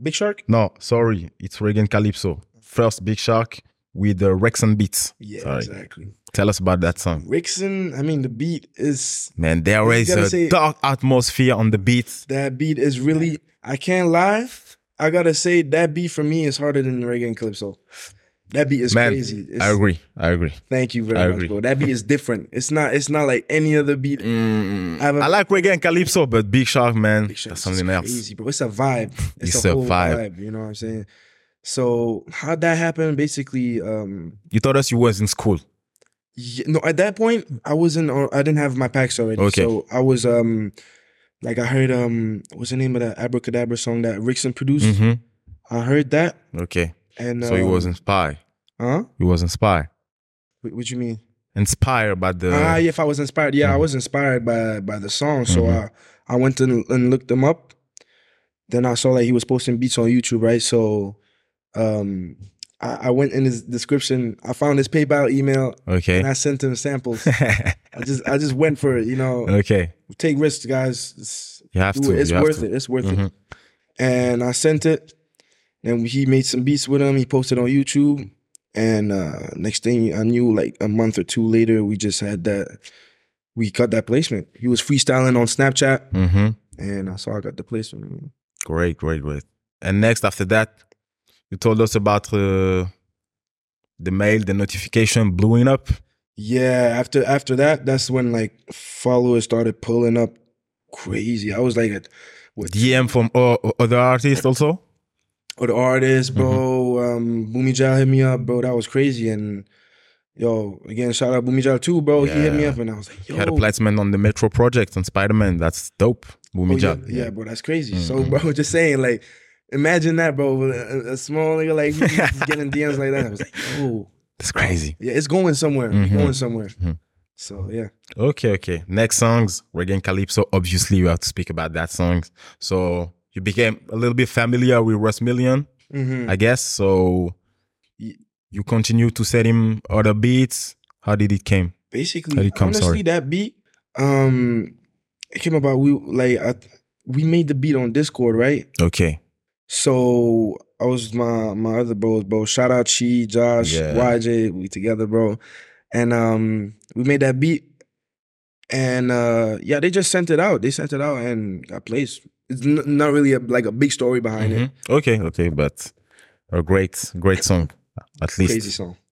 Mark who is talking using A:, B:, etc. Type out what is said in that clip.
A: Big Shark?
B: No, sorry, it's Reagan Calypso. First Big Shark with the Rex and Beats.
A: Yeah,
B: Sorry.
A: exactly.
B: Tell us about that song.
A: Rickson, I mean, the beat is
B: Man, there is
A: gotta
B: a
A: say-
B: dark atmosphere on the beat.
A: that beat is really. I can't lie. I gotta say that beat for me is harder than reggae and calypso. That beat is
B: Man,
A: crazy. It's-
B: I agree. I agree.
A: thank you very
B: I
A: much,
B: agree. Mm,
A: bro. That beat is different. It's not. It's not like any other beat. I've
B: I like reggae and calypso, but Big Shark, man,
A: Big Sean
B: that's
A: is just
B: something else.
A: Crazy, bro. It's a vibe. It's,
B: It's
A: a,
B: a
A: whole
B: vibe.
A: vibe. You know what I'm saying? So how'd that happen? Basically, um,
B: You told us you was in school.
A: yeah, no. At that point, I wasn't. Or I didn't have my packs already.
B: Okay.
A: So I was um, like I heard um, what's the name of that abracadabra song that Rickson produced?
B: hmm
A: I heard that,
B: Okay,
A: and
B: so you
A: um,
B: was inspired.
A: Huh?
B: You was inspired.
A: What, what you mean?
B: Inspired by the.
A: Ah, if I was inspired, yeah, I
B: mm-hmm.
A: was inspired by by the song. So I I went and, and looked him up. Then I saw like he was posting beats on YouTube, right? So um I, I went in his description. I found his PayPal email
B: okay.
A: and I sent him samples. I just I just went for it, you know.
B: okay.
A: Take risks, guys. It's,
B: You have
A: do
B: to.
A: it. It's
B: you have
A: worth
B: to.
A: it. It's worth
B: Mhm.
A: it. And I sent it. And he made some beats with him. He posted on YouTube. And uh, next thing I knew, like a month or two later, we just had that. We got that placement. He was freestyling on Snapchat,
B: hmm
A: and I saw I got the placement.
B: Great, great, great. And next, after that, you told us about uh, the mail, the notification blowing up.
A: Yeah. After after that, that's when like followers started pulling up crazy. I was like, at, what
B: DM E from o- o- other artists also.
A: other artists, bro.
B: Mm-hmm.
A: Um, Boomy Jal hit me up, bro. That was crazy. And yo, again, shout out Boomy Jal too, bro. He hit me
B: Yeah.
A: up, and I was like, yo,
B: You had a placement on the Metro project on Spider Man. That's dope.
A: oh,
B: Boomy
A: yeah,
B: Jal.
A: yeah, bro, that's crazy. So,
B: Mm-hmm.
A: bro, just saying, like, imagine that, bro. with A, a small nigga like me just getting DMs like that. I was like, yo,
B: That's crazy.
A: yeah, it's going somewhere. It's
B: Mhm.
A: going somewhere.
B: Mhm.
A: So yeah,
B: Okay, okay. Next songs, Reggae and Calypso. Obviously, you have to speak about that song. So you became a little bit familiar with Russ Million,
A: hmm
B: I guess. So y- you continue to set him other beats. How did it came? Let
A: basically,
B: it come,
A: honestly,
B: sorry.
A: that beat, um, it came about. We like, I, we made the beat on Discord, right?
B: Okay.
A: So I was my my other bros, bro. Shout out Chi, Josh,
B: Yeah.
A: YJ. We together, bro. And um, we made that beat. And uh, yeah, they just sent it out. They sent it out and got placed. It's n- not really a, like a big
B: Mm-hmm.
A: story behind it.
B: Mhm. Okay, okay, but a great, great song. At least
A: Crazy song.